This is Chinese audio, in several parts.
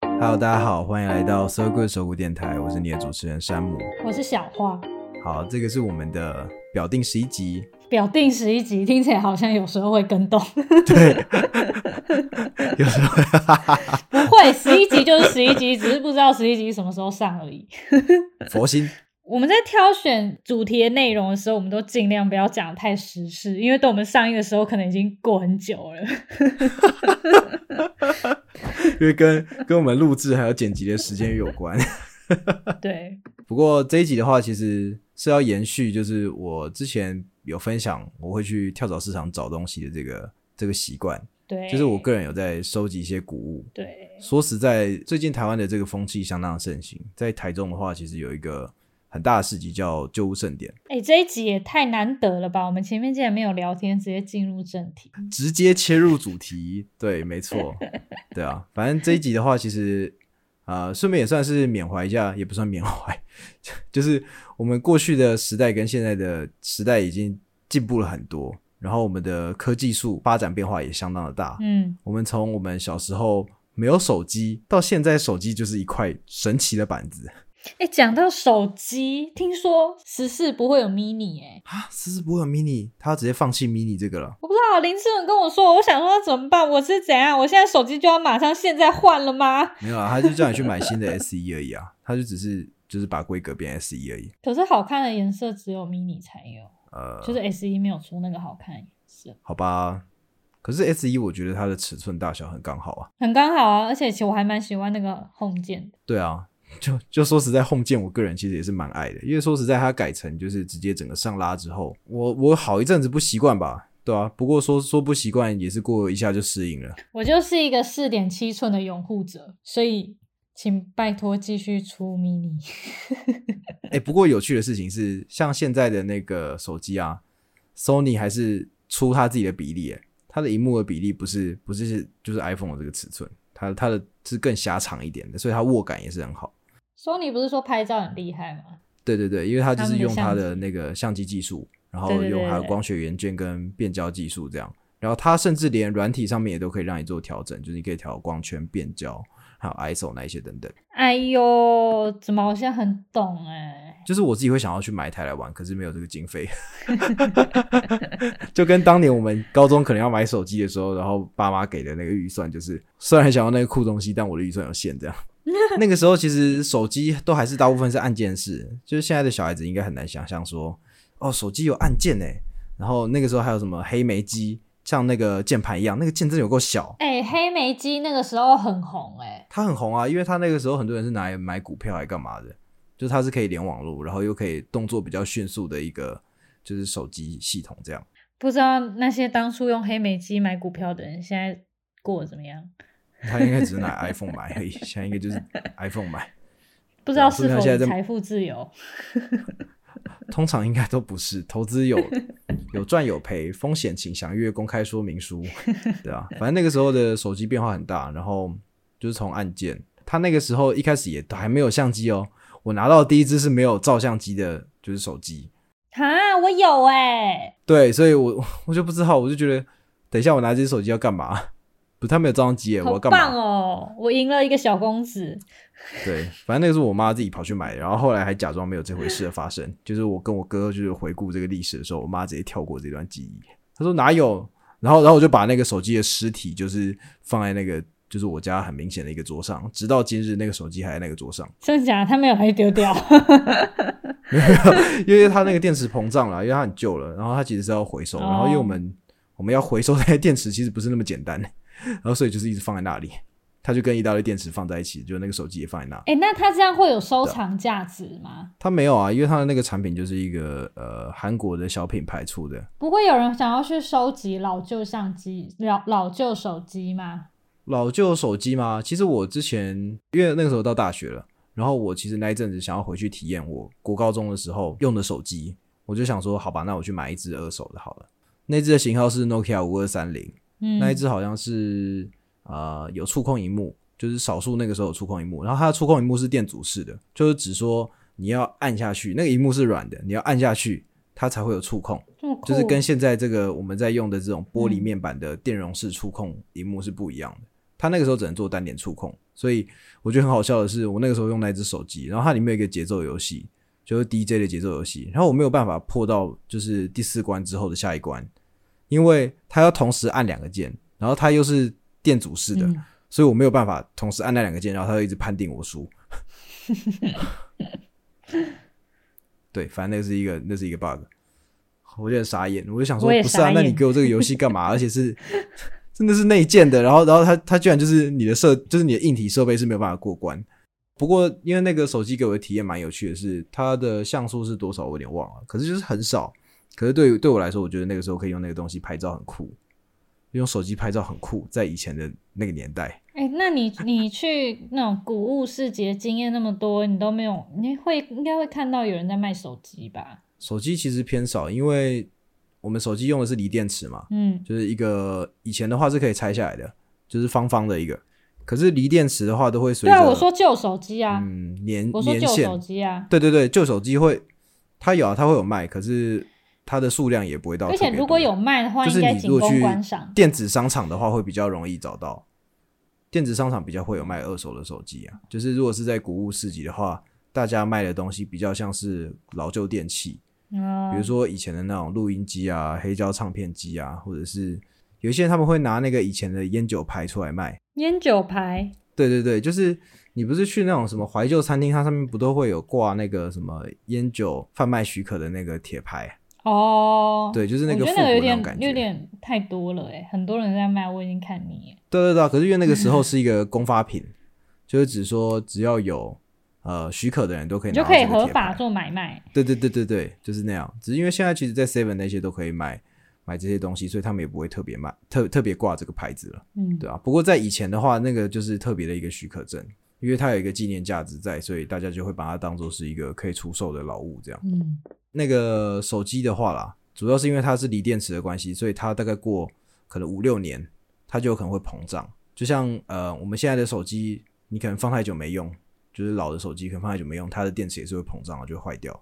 Hello，大家好，欢迎来到 So Good 手鼓电台，我是你的主持人山姆。我是小花，好，这个是我们的表定十一集，表定十一集，听起来好像有时候会跟动， 对， 有时候不会，十一集就是十一集，只是不知道十一集什么时候上而已。佛心，我们在挑选主题的内容的时候，我们都尽量不要讲得太时事，因为等我们上映的时候，可能已经过很久了。因为跟跟我们录制还有剪辑的时间有关。 对，不过这一集的话，其实是要延续，就是我之前有分享我会去跳蚤市场找东西的这个这个习惯，对，就是我个人有在收集一些古物，对，说实在，最近台湾的这个风气相当盛行。在台中的话，其实有一个很大的市集叫旧物盛典，哎、这一集也太难得了吧！我们前面竟然没有聊天，直接进入正题。直接切入主题。对，没错，对啊。反正这一集的话，其实呃，顺便也算是缅怀一下，也不算缅怀， 就是我们过去的时代跟现在的时代已经进步了很多，然后我们的科技术发展变化也相当的大。嗯，我们从我们小时候没有手机，到现在手机就是一块神奇的板子。哎、讲到手机，听说十四不会有 mini 哎、啊，四四不会有 mini，他要直接放弃 mini 这个了。我不知道，林志文跟我说，我想说怎么办？我是怎样？我现在手机就要马上现在换了吗？没有啊，他就叫你去买新的 S 1而已啊，他就只是就是把规格变 S 1而已。可是好看的颜色只有 mini 才有，呃，就是 S 一没有出那个好看的颜色，好吧，可是 S E 1我觉得它的尺寸大小很刚好啊。很刚好啊。而且其实我还蛮喜欢那个 home 键的，对啊，就就说实在，Home 键我个人其实也是蛮爱的，因为说实在，它改成就是直接整个上拉之后，我我好一阵子不习惯吧。对啊，不过说说不习惯也是过一下就适应了。我就是一个四点七寸的拥护者，所以请拜托继续出 mini。哎，不过有趣的事情是，像现在的那个手机啊，Sony 还是出它自己的比例，哎，它的荧幕的比例不是不是就是 iPhone 的这个尺寸，它它的是更狭长一点的，所以它握感也是很好。 Sony 不是说拍照很厉害吗？对对对，因为它就是用它他们的的那个相机技术，然后对对对用它的对光学元件跟变焦技术这样，然后它甚至连软体上面也都可以让你做调整，就是你可以调光圈、变焦，还有 ISO 那一些等等。哎呦，怎么好像很懂哎、就是我自己会想要去买一台来玩，可是没有这个经费， 就跟当年我们高中可能要买手机的时候，然后爸妈给的那个预算，就是虽然很想要那个酷东西，但我的预算有限，这样。那个时候其实手机都还是大部分是按键式，就是现在的小孩子应该很难想象说，哦，手机有按键呢。欸然后那个时候还有什么黑莓机，像那个键盘一样，那个键真的有够小。哎、黑莓机那个时候很红哎、它很红啊，因为它那个时候很多人是拿来买股票来干嘛的，就是它是可以连网络，然后又可以动作比较迅速的一个就是手机系统这样。不知道那些当初用黑莓机买股票的人，现在过得怎么样？他应该只是拿 iPhone 买而已，现在应该就是 iPhone 买，不知道说不定他是否现在已在财富自由？通常应该都不是投资有有赚有赔，风险请详阅公开说明书，对啊，反正那个时候的手机变化很大，然后就是从按键，它那个时候一开始也都还没有相机哦，我拿到的第一只是没有照相机的，就是手机，哈，我有哎、对，所以我我就不知道，我就觉得，等一下我拿这只手机要干嘛？不是，他没有照相机耶，我好要干嘛？棒哦！我赢了一个小公子，对，反正那个是我妈自己跑去买的，然后后来还假装没有这回事的发生。就是我跟我哥就是回顾这个历史的时候，我妈直接跳过这段记忆，她说哪有？然后然后我就把那个手机的尸体就是放在那个就是我家很明显的一个桌上，直到今日那个手机还在那个桌上。真的假的？他没有把你丢掉， 因为它那个电池膨胀了，因为它很旧了，然后它其实是要回收，哦然后因为我们我们要回收那些电池，其实不是那么简单， 然后所以就是一直放在那里，它就跟一大堆电池放在一起，就那个手机也放在那。哎、那他这样会有收啊藏价值吗？它没有啊，因为它的那个产品就是一个呃韩国的小品牌出的，不会有人想要去收集老旧相机、老老旧手机吗？老旧手机嘛，其实我之前因为那个时候到大学了，然后我其实那一阵子想要回去体验我国高中的时候用的手机，我就想说，好吧，那我去买一只二手的好了。那只的型号是 Nokia 五二三零，嗯，那一只好像是呃有触控荧幕，就是少数那个时候有触控荧幕，然后它的触控荧幕是电阻式的，就是只说你要按下去，那个荧幕是软的，你要按下去它才会有触控。这么酷，嗯就是跟现在这个我们在用的这种玻璃面板的电容式触控荧幕是不一样的。它那个时候只能做单点触控，所以我觉得很好笑的是，我那个时候用那只手机，然后它里面有一个节奏游戏，就是 DJ 的节奏游戏，然后我没有办法破到就是第四关之后的下一关，因为它要同时按两个键，然后它又是电阻式的，嗯所以我没有办法同时按那两个键，然后它就一直判定我 输。对，反正那是一个那是一个 bug，我就很傻眼，我就想说我也不是啊傻，那你眼给我这个游戏干嘛？ 而且是真的是内建的，然后然后它它居然就是你的设就是你的硬体设备是没有办法过关。不过因为那个手机给我的体验蛮有趣的是，它的像素是多少我有点忘了，可是就是很少。可是对于对我来说，我觉得那个时候可以用那个东西拍照很酷，用手机拍照很酷，在以前的那个年代。哎、那你你去那种古物市集经验那么多，你都没有，你会应该会看到有人在卖手机吧？手机其实偏少，因为我们手机用的是锂电池嘛，嗯，就是一个以前的话是可以拆下来的，就是方方的一个。可是锂电池的话都会随对着啊，我说旧手机啊，嗯年我说年旧手限，机啊。对对对，旧手机会它有啊，它会有卖，可是它的数量也不会到特别而多。且如果有卖的话，就应是该你仅如果供去观赏。电子商场的话，会比较容易找到。电子商场比较会有卖二手的手机啊，就是如果是在古物市集的话，大家卖的东西比较像是老旧电器，嗯，比如说以前的那种录音机啊、黑胶唱片机啊，或者是有一些人他们会拿那个以前的烟酒牌出来卖。烟酒牌，对对对，就是你不是去那种什么怀旧餐厅，它上面不都会有挂那个什么烟酒贩卖许可的那个铁牌？哦，对就是那我个觉复得那古有那点种感觉有点太多了哎，很多人在卖，我已经看腻了。对对对啊，可是因为那个时候是一个公发 品，就是只说只要有呃许可的人都可以你拿就到可以这个合铁法牌做买卖，对对对对对，就是那样。只是因为现在其实，在 Seven 那些都可以买买这些东西，所以他们也不会特别卖特特别挂这个牌子了。嗯，对啊，不过在以前的话，那个就是特别的一个许可证，因为它有一个纪念价值在，所以大家就会把它当做是一个可以出售的老物这样。嗯，那个手机的话啦，主要是因为它是锂电池的关系，所以它大概过可能五六年，它就有可能会膨胀。就像呃，我们现在的手机，你可能放太久没用，就是老的手机可能放太久没用，它的电池也是会膨胀，啊就会坏掉，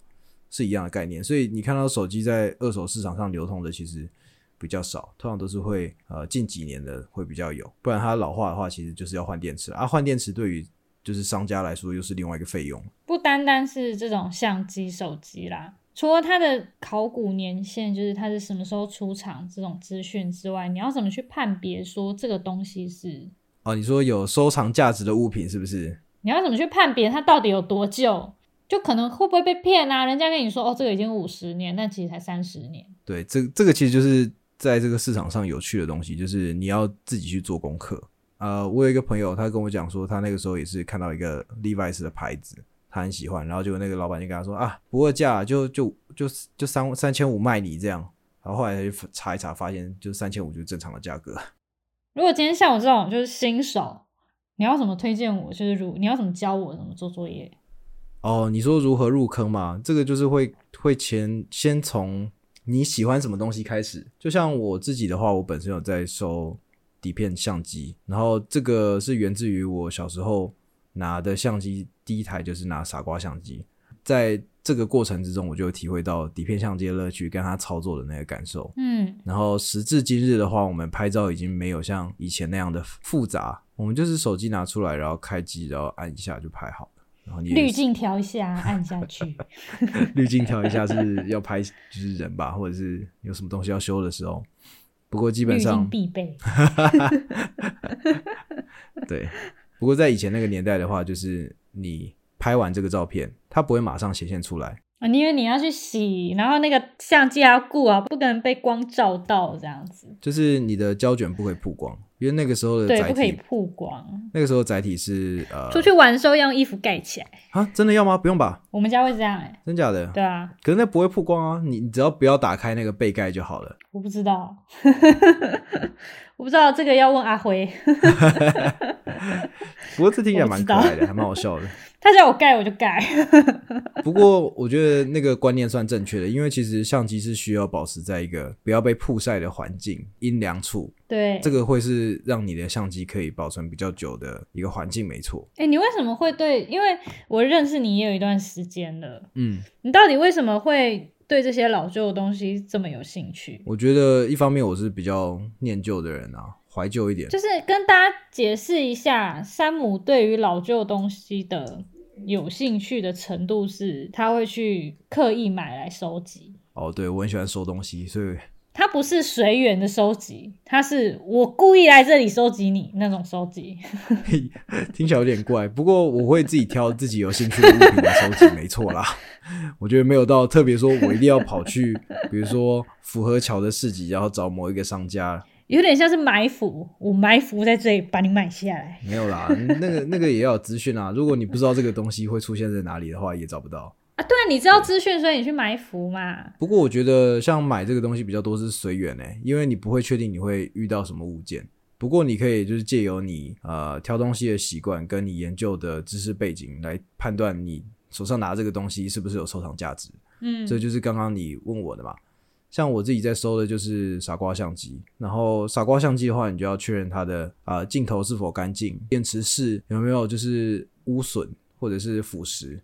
是一样的概念。所以你看到手机在二手市场上流通的其实比较少，通常都是会呃近几年的会比较有，不然它老化的话，其实就是要换电池啊。换电池对于就是商家来说又是另外一个费用。不单单是这种相机、手机啦，除了它的考古年限，就是它是什么时候出厂这种资讯之外，你要怎么去判别说这个东西是？哦，你说有收藏价值的物品是不是？你要怎么去判别它到底有多旧？就可能会不会被骗啊？人家跟你说哦，这个已经五十年，但其实才三十年。对，这这个其实就是在这个市场上有趣的东西，就是你要自己去做功课。呃，我有一个朋友，他跟我讲说，他那个时候也是看到一个 Levi's 的牌子，他很喜欢，然后结果那个老板就跟他说啊，不过价就就就就三三千五卖你这样，然后后来他就查一查，发现就三千五就是正常的价格。如果今天像我这种就是新手，你要怎么推荐我？就是如你要怎么教我怎么做作业？哦，你说如何入坑嘛？这个就是会会先先从你喜欢什么东西开始。就像我自己的话，我本身有在收底片相机，然后这个是源自于我小时候拿的相机，第一台就是拿傻瓜相机。在这个过程之中，我就体会到底片相机的乐趣，跟它操作的那个感受。嗯，然后时至今日的话，我们拍照已经没有像以前那样的复杂，我们就是手机拿出来，然后开机，然后按一下就拍好了。然后你也滤是镜调一下，按下去。滤镜调一下是要拍就是人吧， 或者是有什么东西要修的时候。不过基滤本镜上必备。对，不过在以前那个年代的话，就是你拍完这个照片，它不会马上显现出来。啊，因为你要去洗，然后那个相机还要顾啊，不可能被光照到这样子，就是你的胶卷不可以曝光，因为那个时候的对，载不可以体，曝光。那个时候载体是呃出去玩的时候要用衣服盖起来，啊，真的要吗？不用吧，我们家会这样哎、真假的？对啊，可是那不会曝光啊，你你只要不要打开那个背盖就好了。我不知道， 我不知道这个要问阿辉， 不过这听起来蛮可爱我不的，还蛮好笑的。他叫我盖我就盖，不过我觉得那个观念算正确的，因为其实相机是需要保持在一个不要被曝晒的环境、阴凉处，对，这个会是让你的相机可以保存比较久的一个环境，没错。哎、你为什么会对？因为我认识你也有一段时间了，嗯，你到底为什么会对这些老旧的东西这么有兴趣？我觉得一方面我是比较念旧的人啊，怀旧一点。就是跟大家解释一下，山姆对于老旧东西的有兴趣的程度是，他会去刻意买来收集。哦，对我很喜欢收东西，所以 他不是随缘的收集，他是我故意来这里收集你那种收集。听起来有点怪。不过我会自己挑自己有兴趣的物品来收集，没错啦。 我觉得没有到特别说我一定要跑去，比如说符合桥的市集，然后找某一个商家，有点像是埋伏，我埋伏在这里把你买下来。没有啦。那个那个也要有资讯啊。如 果你不知道这个东西会出现在哪里的话，也找不到。啊，对啊，你知道资讯，所以你去埋伏嘛。不过我觉得像买这个东西比较多是随缘诶，因为你不会确定你会遇到什么物件。不过你可以就是借由你呃挑东西的习惯，跟你研究的知识背景来判断你手上拿这个东西是不是有收藏价值。嗯，这就是刚刚你问我的嘛。像我自己在收的就是傻瓜相机，然后傻瓜相机的话，你就要确认它的啊、呃镜头是否干净，电池是有没有就是污损或者是腐蚀，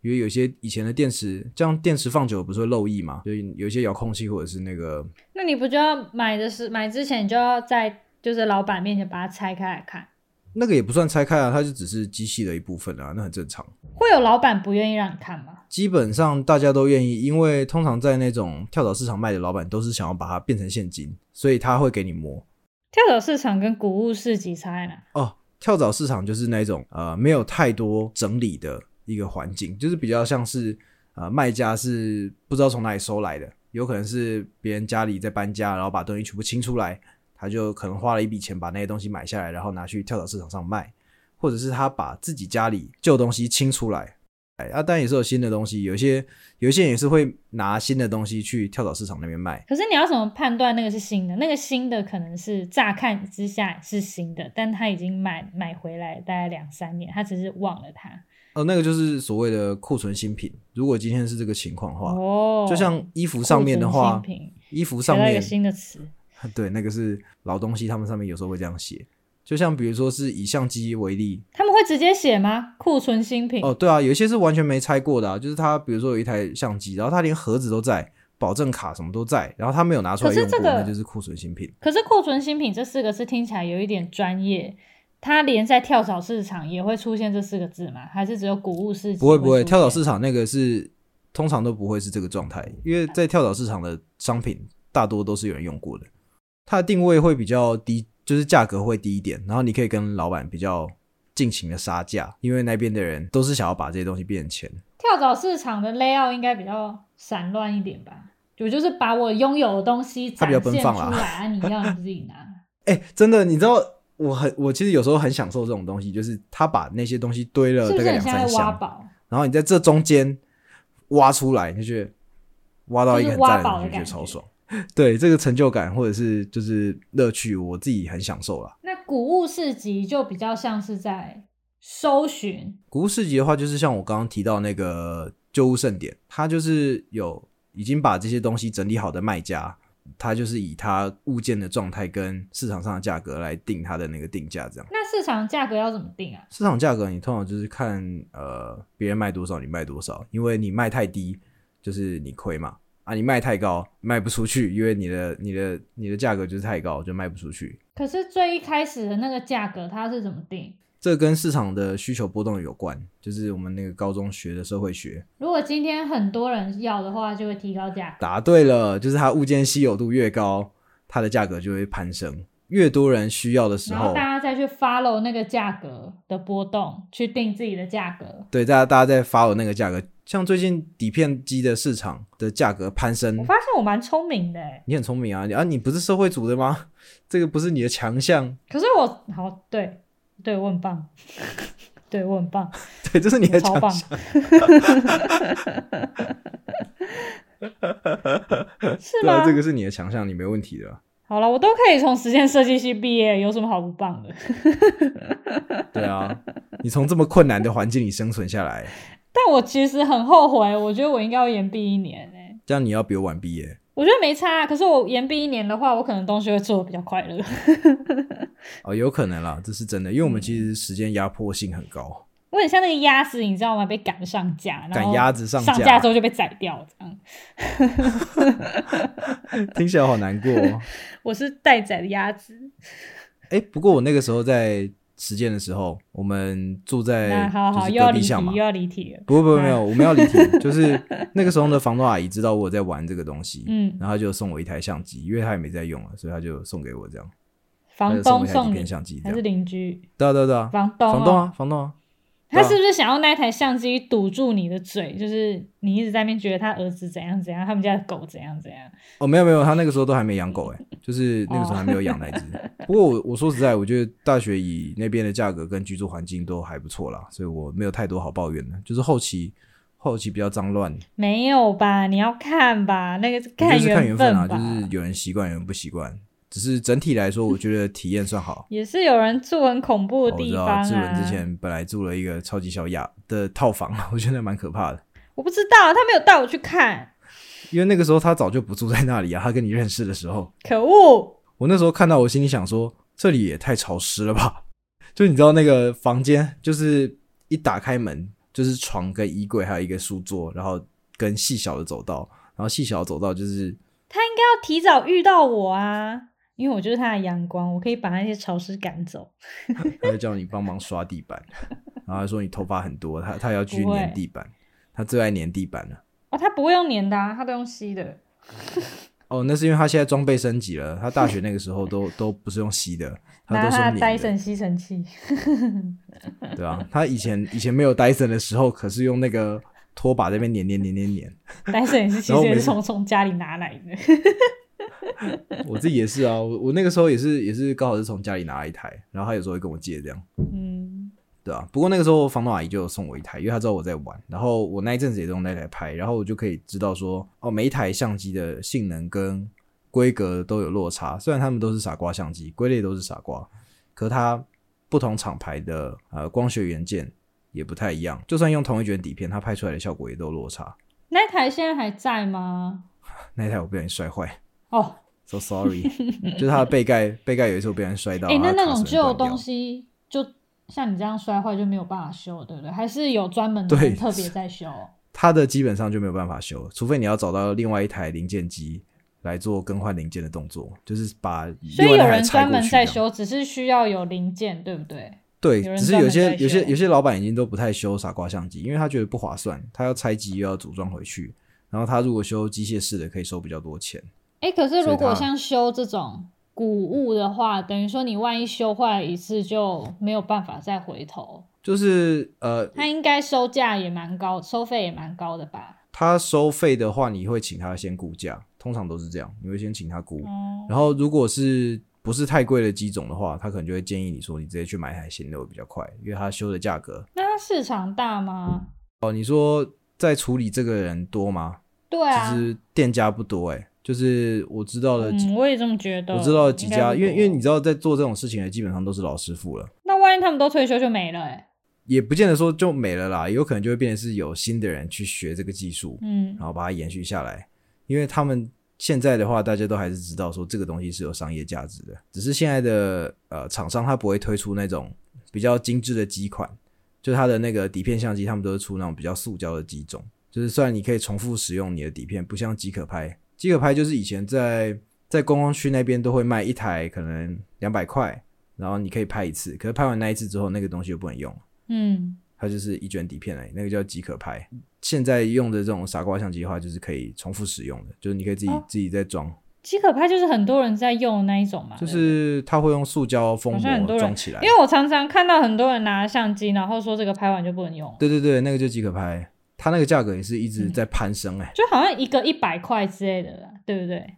因为有些以前的电池，这样电池放久了不是会漏液嘛，所以有一些遥控器或者是那个那你不就要买的是买之前，你就要在就是老板面前把它拆开来看。那个也不算拆开啊，它就只是机器的一部分啊，那很正常。会有老板不愿意让你看吗？基本上大家都愿意，因为通常在那种跳蚤市场卖的老板都是想要把它变成现金，所以他会给你摸。跳蚤市场跟谷物市集差在哪？哦，跳蚤市场就是那种呃没有太多整理的一个环境，就是比较像是呃卖家是不知道从哪里收来的，有可能是别人家里在搬家，然后把东西全部清出来，他就可能花了一笔钱把那些东西买下来，然后拿去跳蚤市场上卖，或者是他把自己家里旧东西清出来。哎，啊，当然也是有新的东西，有一些有一些人也是会拿新的东西去跳蚤市场那边卖。可是你要怎么判断那个是新的？那个新的可能是乍看之下是新的，但他已经买买回来大概两三年，他只是忘了它。哦，那个就是所谓的库存新品。如果今天是这个情况的话，哦，就像衣服上面的库话存，新品衣服学上到一个面新的词， 对那个是老东西，他们上面有时候会这样写。就像比如说是以相机为例，他们会直接写吗？库存新品哦，对啊，有一些是完全没拆过的啊，就是他比如说有一台相机，然后他连盒子都在，保证卡什么都在，然后他没有拿出来可是用过，这个那就是库存新品。可是库存新品这四个字听起来有一点专业，它连在跳蚤市场也会出现这四个字吗？还是只有谷物市集不会不会会，出现跳蚤市场那个是通常都不会是这个状态，因为在跳蚤市场的商品大多都是有人用过的，它的定位会比较低，就是价格会低一点，然后你可以跟老板比较尽情的杀价，因为那边的人都是想要把这些东西变成钱。跳蚤市场的 layout 应该比较散乱一点吧？我就是把我拥有的东西它展比较现奔出来，放啦啊，你要你自己 拿。哎、真的，你知道我很我其实有时候很享受这种东西，就是他把那些东西堆了是不呃大是概两很三像在挖箱，宝？然后你在这中间挖出来，你就觉得挖到一个很赞的东西，就是挖宝的感觉觉得超爽。对这个成就感或者是就是乐趣，我自己很享受啦。那谷物市集就比较像是在搜寻，古物市集的话，就是像我刚刚提到那个旧物盛典，它就是有已经把这些东西整理好的卖家，他就是以他物件的状态跟市场上的价格来定他的那个定价，这样。那市场价格要怎么定啊？市场价格你通常就是看呃别人卖多少你卖多少，因为你卖太低就是你亏嘛，啊你卖太高卖不出去，因为你的你的你的价格就是太高就卖不出去，可是最一开始的那个价格它是怎么定？这跟市场的需求波动有关，就是我们那个高中学的社会学。如果今天很多人要的话，就会提高价格。答对了，就是它物件稀有度越高，它的价格就会攀升，越多人需要的时然后候大。家再去 follow 那个价格的波动，去定自己的价格。对，大家大家在发我那个价格，像最近底片机的市场的价格攀升我，发现我蛮聪明的欸，你很聪明啊！你啊，你不是社会组的吗？ 这个不是你的强项， 可是我好对，对我很 棒，对我很棒，对，这是你我的超强棒项。。 是对吗？啊，这个是你的强项，你没问题的。啊好了，我都可以从实践设计系毕业，有什么好不棒的？对啊， 你从这么困难的环境里生存下来，但我其实很后悔，我觉得我应该要延毕一年欸呢、这样你要比我晚毕业。我觉得没差啊、可是我延毕一年的话，我可能东西会做的比较快乐。 哦，有可能啦，这是真的，因为我们其实时间压迫性很高。 我很像那个鸭子，你知道吗？被赶上架，然赶后鸭子上上架之后就被宰掉，这样。听起来好难过、哦。我是待宰的鸭子，哎、不过我那个时候在实践的时候，我们住在那好哎就好是又要隔离壁题，巷嘛又，要离题了。不不不，嗯没有， 我们要离题。就是那个时候的房东阿姨知道我有在玩这个东西，嗯，然后她就送我一台相机，因为她也没在用了，所以她就送给我这样，她房就送我一东台底送你片相机这还是样。邻居？对啊对啊对啊，房东、哦，房东啊房东啊，他对啊是不是想要那一台相机堵住你的嘴？就是你一直在那边觉得他儿子怎样怎样，他们家的狗怎样怎样。哦没有没有，她那个时候都还没养狗 哎、就是那个时候还没有养那只。不过我我说实在，我觉得大学以那边的价格跟居住环境都还不错啦，所以我没有太多好抱怨的。就是后期后期比较脏乱，没有吧？你要看吧，那个是我觉得是看缘缘分啊，吧。就是有人习惯，有人不习惯。只是整体来说，我觉得体验算好。哦也是有人住很恐怖的我地知方道啊！志文之前本来住了一个超级小雅的套房， 我觉得蛮可怕的。我不知道，他没有带我去看，因为那个时候他早就不住在那里啊，他跟你认识的时候，可恶！我那时候看到，我心里想说，这里也太潮湿了吧！ 就你知道那个房间，就是一打开门就是床跟衣柜，还有一个书桌，然后跟细小的走道，然后细小的走道就是他应该要提早遇到我啊，因为我就是他的阳光，我可以把那些潮湿赶走。他就叫你帮忙刷地板， 然后他说你头发很多，他他要去不会粘地 板，他最爱粘地板了。哦，他不会用粘的、啊，他都用吸的。哦，那是因为他现在装备升级了，他大学那个时候都都不是用吸的，他拿都是他用的戴粘森的，吸尘器，对啊，他以前以前没有 Dyson 的时候，可是用那个拖把这边粘粘粘粘粘，戴森也是其然实后也每是次从从家里拿来的。我自己也是啊，我我那个时候也是也是刚好是从家里拿了一台，然后他有时候会跟我借这样，嗯，对啊，不过那个时候房东阿姨就有送我一台，因为她知道我在玩，然后我那一阵子也都用那台拍，然后我就可以知道说，哦，每一台相机的性能跟规格都有落差，虽然他们都是傻瓜相机，归类都是傻瓜，可它不同厂牌的呃光学元件也不太一样，就算用同一卷底片，它拍出来的效果也都有落差。那台现在还在吗？那一台我被人摔坏哦， ，so sorry，就是 它的背盖背盖有一次我被人摔到，哎、然那后啊它那卡种榫断旧掉东西，就像你这样摔坏就没有办法修，对不对？还是有专门的对人特别在修。它的基本上就没有办法修，除非你要找到另外一台零件机来做更换零件的动作，就是把所另以外一有台人拆专过门去在这样。修，只是需要有零件，对不对？对，有人只是有专些门在有些修有些老板已经都不太修傻瓜相机，因为他觉得不划算，他要拆机又要组装回去，然后他如果修机械式的可以收比较多钱。哎、可是所如以它果像修这种古物的话，等于说你万一修坏了一次就没有办法再回头。就是呃，它应该收价也蛮高，收费也蛮高的吧？他收费的话，你会请他先估价，通常都是这样，你会先请他估，哦、然后如果是不是太贵的机种的话，他可能就会建议你说你直接去买一台新的会比较快，因为他修的价格那它市场大吗？哦，你说在处理这个人多吗？对啊，其实店家不多哎、就是我知道的几，嗯，我也这么觉得。我知道的几应该家，不因为因为多你知道在做这种事情的基本上都是老师傅了，那万一他们都退休就没了、欸，哎，也不见得说就没了啦，有可能就会变成是有新的人去学这个技术，嗯然后把它延续下来，因为他们。现在的话，大家都还是知道说这个东西是有商业价值的，只是现在的呃厂商他不会推出那种比较精致的机款，就它的那个底片相机，他们都是出那种比较塑胶的机种，就是虽然你可以重复使用你的底片，不像即可拍，即可拍就是以前在在观光区那边都会卖一台，可能两百块，然后你可以拍一次，可是拍完那一次之后，那个东西就不能用，嗯，它就是一卷底片而已，那个叫即可拍。现在用的这种傻瓜相机的话，就是可以重复使用的，就是你可以自己、哦自己再装，即可拍就是很多人在用的那一种嘛，就啊对是它会用塑胶封好像很多膜人装起来不对。因为我常常看到很多人拿相机，然后说这个拍完就不能用，对对对，那个就即可拍，它那个价格也是一直在攀升哎、就好像一个一百块之类的啦，对不对？嗯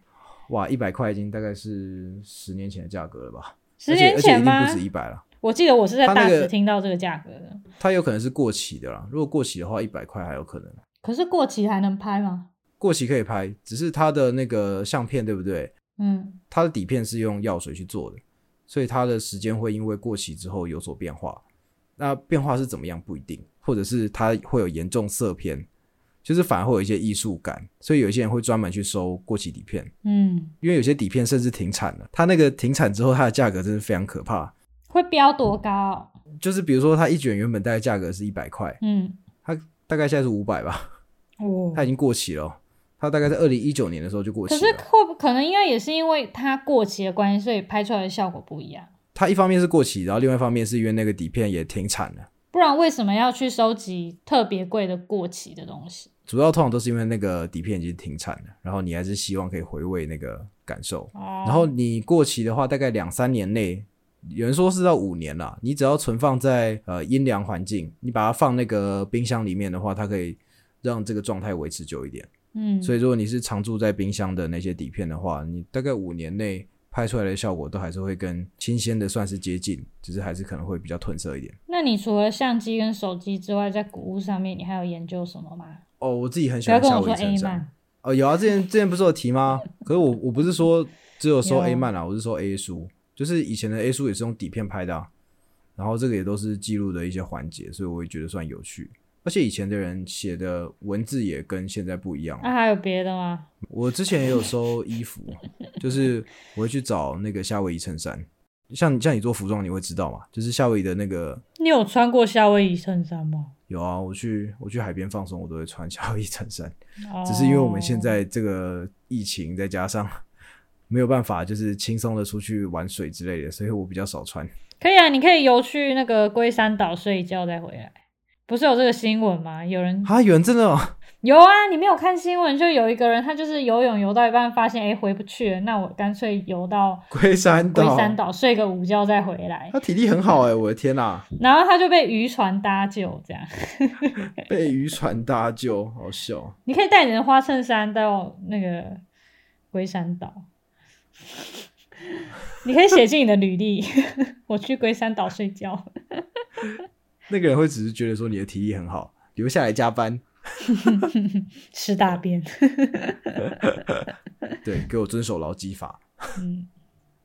哇，一百块已经大概是十年前的价格了吧？十而且年而且前一定吗不？止一百了，我记得我是在他大那个使听到这个价格的，它有可能是过期的啦。如果过期的话，一百块还有可能。可是过期还能拍吗？过期可以拍，只是它的那个相片对不对？嗯，它的底片是用药水去做的，所以它的时间会因为过期之后有所变化。那变化是怎么样不一定，或者是它会有严重色偏，就是反而会有一些艺术感。所以有一些人会专门去收过期底片，嗯，因为有些底片甚至停产了。它那个停产之后，它的价格真是非常可怕。会标多高？就是比如说，它一卷原本大概价格是一百块，嗯，大概现在是五百吧，哦它已经过期了哦。它大概在二零一九年的时候就过期可了。是会不可能应该也是因为它过期的关系，所以拍出来的效果不一样。它一方面是过期，然后另外一方面是因为那个底片也停产了。不然为什么要去收集特别贵的过期的东西？主要通常都是因为那个底片已经停产了，然后你还是希望可以回味那个感受。哦，然后你过期的话，大概两三年内，有人说是到五年啦。你只要存放在呃阴凉环境，你把它放那个冰箱里面的话，它可以让这个状态维持久一点。嗯，所以如果你是常住在冰箱的那些底片的话，你大概五年内拍出来的效果都还是会跟新鲜的算是接近，只是还是可能会比较褪色一点。那你除了相机跟手机之外，在谷物上面你还有研究什么吗？哦，我自己很喜不要欢跟夏我威夷说 A 衬衫。漫，哦，有啊，之前之前不是有提吗？可是我我不是说只有收有 A 漫啊啦，我是收 A 书，就是以前的 A 书也是用底片拍的、啊，然后这个也都是记录的一些环节，所以我也觉得算有趣。而且以前的人写的文字也跟现在不一样、那、啊还有别的吗？我之前也有收衣服，就是我会去找那个夏威夷衬衫，像像你做服装，你会知道嘛？就是夏威夷的那个你有穿过夏威夷衬衫吗？有啊，我去我去海边放松，我都会穿夏威夷衬衫。哦只是因为我们现在这个疫情，再加上 没有办法就是轻松的出去玩水之类的，所以我比较少穿。可以啊，你可以游去那个龟山岛睡一觉再回来。不是有这个新闻吗？有人啊，有人真的哦、有啊，你没有看新闻，就有一个人他就是游泳游到一半发现哎、诶回不去了，那我干脆游到龟山龟岛，山岛睡个午觉再回来，他体力很好哎、我的天哪、然后他就被渔船搭救这样。被渔船搭救，好笑。你可以带你的花衬衫到那个龟山岛，你可以写进你的履历， 我去龟山岛睡觉。那个人会只是觉得说你的体力很好，留下来加班，吃大便。对，给我遵守劳基法，嗯，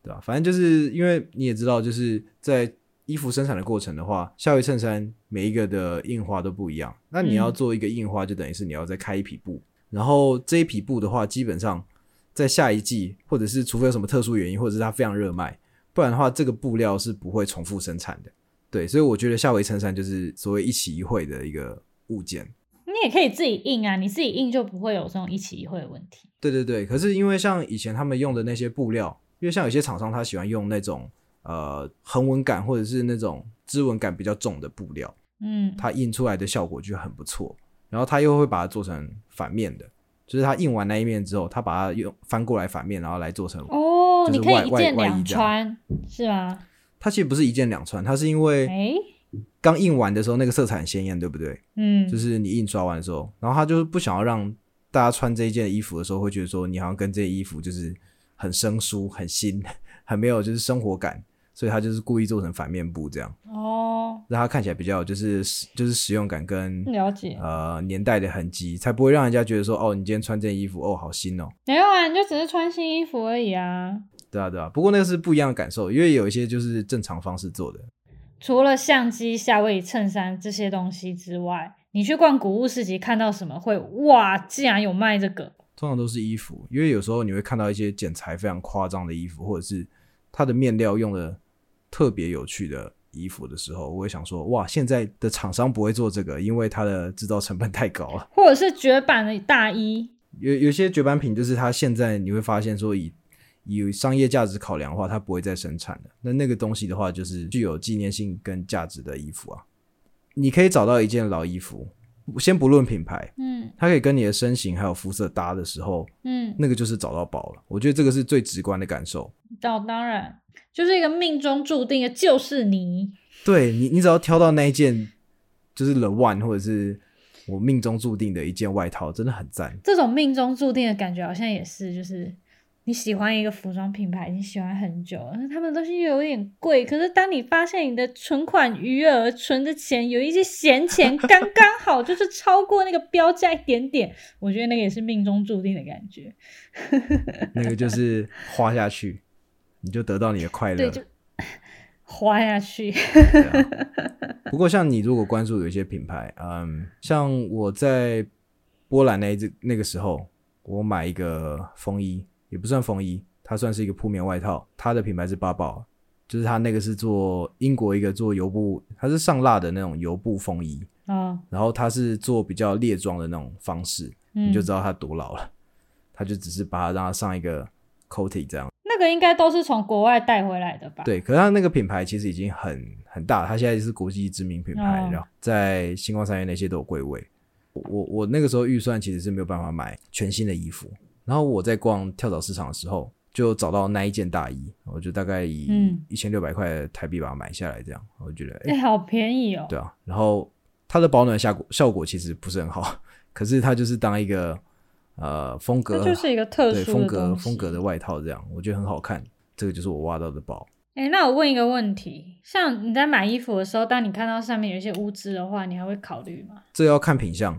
对吧、反正就是因为你也知道，就是在衣服生产的过程的话，夏威夷衬衫每一个的印花都不一样。那你要嗯做一个印花，就等于是你要再开一匹布。然后这一匹布的话，基本上在下一季，或者是除非有什么特殊原因，或者是它非常热卖，不然的话，这个布料是不会重复生产的。对，所以我觉得夏威夷衬衫就是所谓一期一会的一个物件。你也可以自己印啊，你自己印就不会有这种一起一会的问题。对对对，可是因为像以前他们用的那些布料，因为像有些厂商他喜欢用那种呃横纹感或者是那种织纹感比较重的布料，嗯，它印出来的效果就很不错。然后他又会把它做成反面的，就是他印完那一面之后，他把它用翻过来反面，然后来做成。哦，就是你可外以一外件外衣两这样穿是吗？它其实不是一件两穿，它是因为哎，刚印完的时候那个色彩很鲜艳，对不对？嗯，就是你印刷完的时候，然后他就是不想要让大家穿这一件衣服的时候会觉得说你好像跟这件衣服就是很生疏、很新、 很没有就是生活感，所以他就是故意做成反面布这样，哦，让它看起来比较就是就是实用感跟了解。呃年代的痕迹，才不会让人家觉得说哦你今天穿这件衣服哦好新哦，没有啊，你就只是穿新衣服而已啊。对啊对啊。不过那个是不一样的感受，因为有一些就是正常方式做的，除了相机、夏威夷衬衫这些东西之外，你去逛古物市集看到什么会哇，竟然有卖这个，通常都是衣服，因为有时候你会看到一些剪裁非常夸张的衣服，或者是它的面料用的特别有趣的衣服的时候，我会想说，哇，现在的厂商不会做这个，因为它的制造成本太高了。或者是绝版的大衣，有有些绝版品就是它现在你会发现说以以商业价值考量的话，它不会再生产了。那那个东西的话，就是具有纪念性跟价值的衣服啊。你可以找到一件老衣服，先不论品牌，嗯它可以跟你的身形还有肤色搭的时候，嗯，那个就是找到宝了。我觉得这个是最直观的感受。到当然就是一个命中注定的，就是你。对你，你只要挑到那一件，就是 the one，或者是我命中注定的一件外套，真的很 赞。这种命中注定的感觉，好像也是，就是你喜欢一个服装品牌，你喜欢很久了，他们的东西又有点贵，可是当你发现你的存款余额、存的钱有一些闲钱，刚刚好就是超过那个标价一点点，我觉得那个也是命中注定的感觉。那个就是花下去，你就得到你的快对，乐。就花下去。对啊不过像你如果关注有一些品牌，嗯，像我在波兰那一只那个时候，我买一个风衣，也不算风衣，它算是一个铺棉外套，它的品牌是八宝，就是它那个是做英国一个做油布，它是上蜡的那种油布风衣，哦，然后它是做比较列装的那种方式，嗯，你就知道它多老了，它就只是把它让它上一个 coating 这样。那个应该都是从国外带回来的吧？，对，可是它那个品牌其实已经很很大了，它现在是国际知名品牌，哦然后在星光三月那些都有柜位。我我我那个时候预算其实是没有办法买全新的衣服，然后我在逛跳蚤市场的时候就找到那一件大衣，我就大概以嗯一千六百块的台币把它买下来，这样我就觉得哎、哎、好便宜哦。对啊，然后它的保暖效果效果其实不是很好，可是它就是当一个呃风格这就是一个特对殊的风格东西风格的外套这样，我觉得很好看。这个就是我挖到的宝。哎、那我问一个问题，像你在买衣服的时候，当你看到上面有一些污渍的话，你还会考虑吗？这要看品相。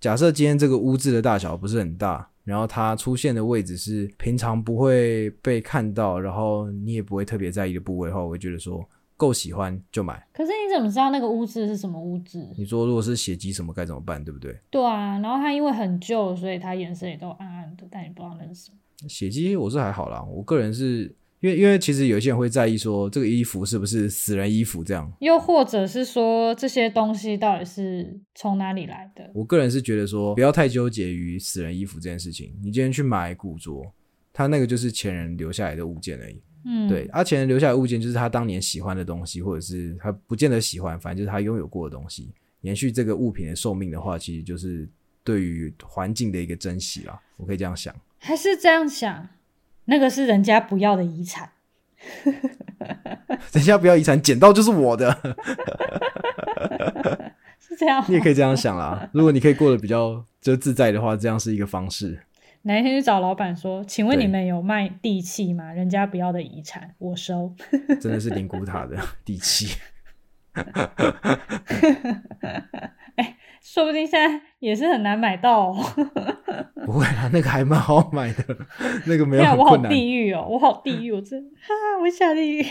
假设今天这个污渍的大小不是很大，然后它出现的位置是平常不会被看到，然后你也不会特别在意的部位的话，我会觉得说够喜欢就买。可是你怎么知道那个污渍是什么污渍？你说如果是血迹什么该怎么办，对不对？对啊，然后它因为很旧，所以它颜色也都暗暗的，但你不知道那是什么。血迹我是还好啦，我个人是因为因为其实有一些人会在意说这个衣服是不是死人衣服这样，又或者是说这些东西到底是从哪里来的？我个人是觉得说，不要太纠结于死人衣服这件事情。你今天去买古着，它那个就是前人留下来的物件而已。嗯，对，，他、前人留下来的物件就是他当年喜欢的东西，或者是他不见得喜欢，反正就是他拥有过的东西。延续这个物品的寿命的话，其实就是对于环境的一个珍惜啦。我可以这样想， 还是这样想，那个是人家不要的遗产。人家不要遗产，捡到就是我的，是这样吗，你也可以这样想啦。如果你可以过得比较就自在的话，这样是一个方式。哪一天去找老板说：“请问对你们有卖地契吗？人家不要的遗产，我收。 真的是灵骨塔的地气，说不定现在也是很难买到哦。不会啦，那个还蛮好买的，那个没有看很啊我好困难。地狱哦，我好地狱，我真哈哈，我下地狱。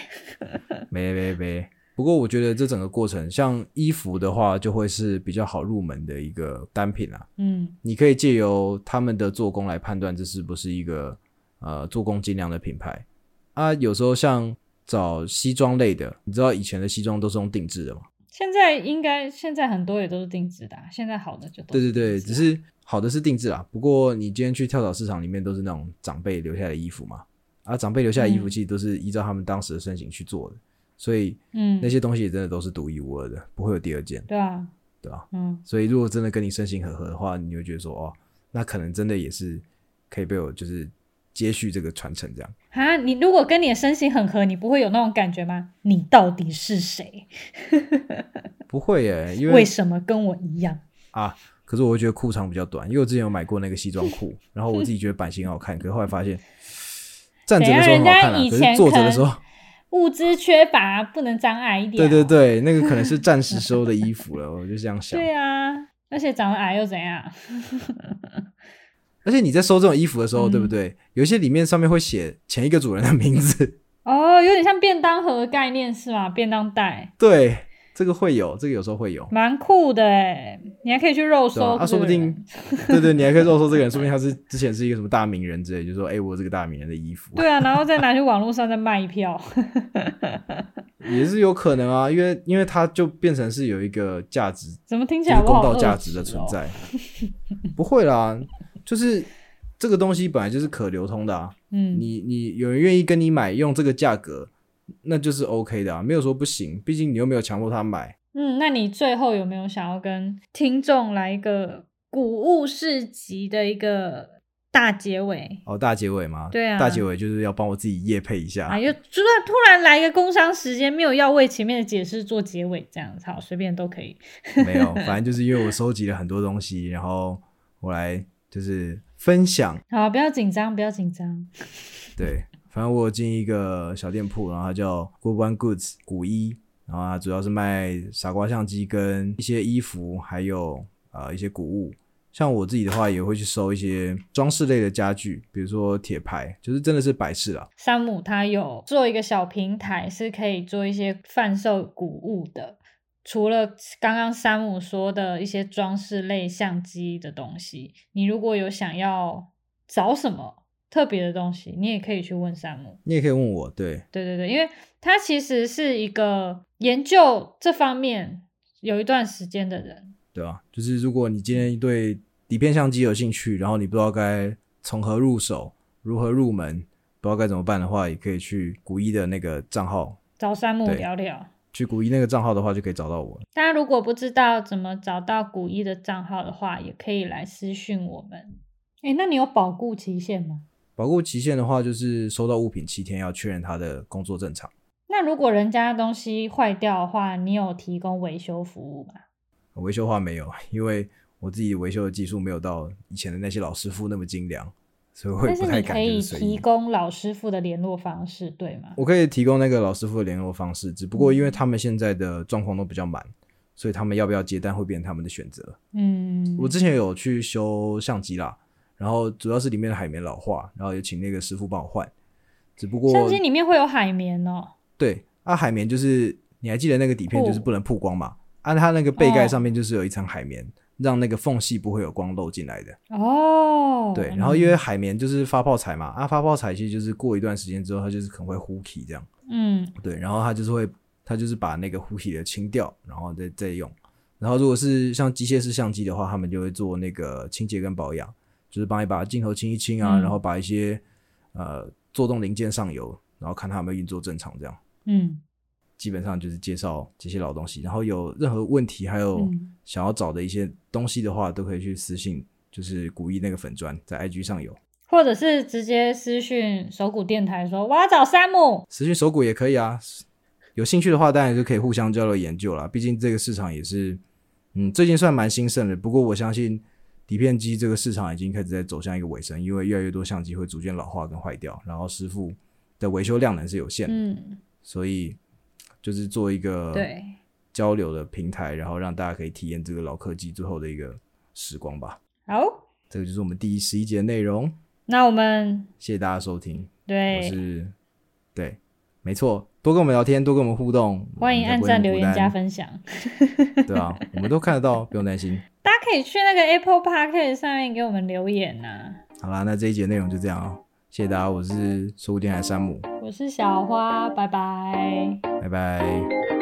没没没。不过我觉得这整个过程，像衣服的话，就会是比较好入门的一个单品啦。 嗯，你可以借由他们的做工来判断这是不是一个呃做工精良的品牌啊。有时候像找西装类的，你知道以前的西装都是用定制的嘛？现在应该现在很多也都是定制的啊、现在好的就都对对是对，定制只是好的是定制啦。不过你今天去跳蚤市场里面都是那种长辈留下的衣服嘛，啊，长辈留下的衣服嗯其实都是依照他们当时的身形去做的，所以嗯那些东西也真的都是独一无二的，不会有第二件，对啊，对吧、嗯，所以如果真的跟你身形很合的话，你就会觉得说，哦，那可能真的也是可以被我就是接续这个传承这样。啊，你如果跟你的身形很合，你不会有那种感觉吗？你到底是谁？不会耶，因为为什么跟我一样？啊，可是我会觉得裤长比较短，因为我之前有买过那个西装裤，然后我自己觉得版型很好看，可是后来发 现站着的时候很好看等啊，可一下人家以是前坐着的时可候，物资缺乏，不能长矮一点、啊对对，对，那个可能是暂时时候的衣服 了，我就这样想。对啊，而且长得矮又怎样？而且你在收这种衣服的时候，嗯对不对？有一些里面上面会写前一个主人的名字， 哦，有点像便当盒的概念是吗？便当袋，对，这个会有，这个有时候会有。蛮酷的哎，你还可以去肉对吧嗯搜这个人、啊，说不定，对对，你还可以肉搜这个人，说不定他是之前是一个什么大名人之类，就说，哎、我有这个大名人的衣服，对啊，然后再拿去网络上再卖一票。也是有可能啊，因为因为他就变成是有一个价值怎么听起就来是我公好哦道恶价质值的存哦？在。不会啦，就是这个东西本来就是可流通的啊。嗯，你你有人愿意跟你买，用这个价格，那就是 OK 的啊，没有说不行。毕竟你又没有强迫他买。嗯，那你最后有没有想要跟听众来一个古物市集的一个大结尾？哦，大结尾嘛，对啊大结尾就是要帮我自己夜配一下。啊，又突然突然来一个工商时间，没有要为前面的解释做结尾，这样子好，随便都可以。没有，反正就是因为我收集了很多东西，然后我来就是分享。好，不要紧张，不要紧张。对，反正我有进一个小店铺，然后它叫 Good One Goods 古一，然后它主要是卖傻瓜相机跟一些衣服，还有呃一些古物。像我自己的话，也会去收一些装饰类的家具，比如说铁牌，就是真的是摆饰啦。山姆他有做一个小平台，是可以做一些贩售古物的。除了刚刚山姆说的一些装饰类相机的东西，你如果有想要找什么特别的东西，你也可以去问山姆。你也可以问我，对，对对对，因为他其实是一个研究这方面有一段时间的人。对吧、就是如果你今天对底片相机有兴趣，然后你不知道该从何入手、如何入门，不知道该怎么办的话，也可以去古一的那个账号，找山姆对聊聊。去古一那个账号的话，就可以找到我。大家如果不知道怎么找到古一的账号的话，也可以来私讯我们。哎，那你有保固期限吗？保护期限的话，就是收到物品七天要确认他的工作正常。那如果人家的东西坏掉的话，你有提供维修服务吗？维修的话没有，因为我自己维修的技术没有到以前的那些老师傅那么精良，所以我也但不是太你敢可以就是随意提供老师傅的联络方式，对吗？我可以提供那个老师傅的联络方式，只不过嗯因为他们现在的状况都比较满，所以他们要不要接单会变成他们的选择。嗯，我之前有去修相机啦，然后主要是里面的海绵老化，然后有请那个师傅帮我换。只不过相机里面会有海绵哦。对啊，海绵就是你还记得那个底片哦就是不能曝光嘛？按、它那个背盖上面就是有一层海绵，让那个缝隙不会有光漏进来的。哦，对，然后因为海绵就是发泡材嘛，啊发泡材其实就是过一段时间之后它就是可能会呼气这样。嗯，对，然后它就是会，它就是把那个护体的清掉，然后再再用。然后如果是像机械式相机的话，他们就会做那个清洁跟保养，就是帮你把镜头清一清啊，嗯然后把一些呃做动零件上油，然后看它有没有运作正常，这样嗯基本上就是介绍这些老东西。然后有任何问题，还有嗯想要找的一些东西的话，都可以去私信，就是古一那个粉砖在 IG 上有，或者是直接私讯手鼓电台说我要找山姆，私信手骨也可以啊。有兴趣的话，当然就可以互相交流研究啦。毕竟这个市场也是，嗯，最近算蛮兴盛的。不过我相信底片机这个市场已经开始在走向一个尾声，因为越来越多相机会逐渐老化跟坏掉，然后师傅的维修量能是有限的，嗯，所以就是做一个对，交流的平台，然后让大家可以体验这个老科技最后的一个时光吧。好，这个就是我们第十一节的内容，那我们谢谢大家收听。我对是对，没错，多跟我们聊天，多跟我们互动，欢迎我按们才赞、不留会言、那加么分享，孤单，对啊，我们都看得 到，不用担心。大家可以去那个 Apple Park 上面给我们留言啊呐、好啦，那这一节内容就这样哦，谢谢大家，我是收电台山姆，我是小花，拜拜。拜拜。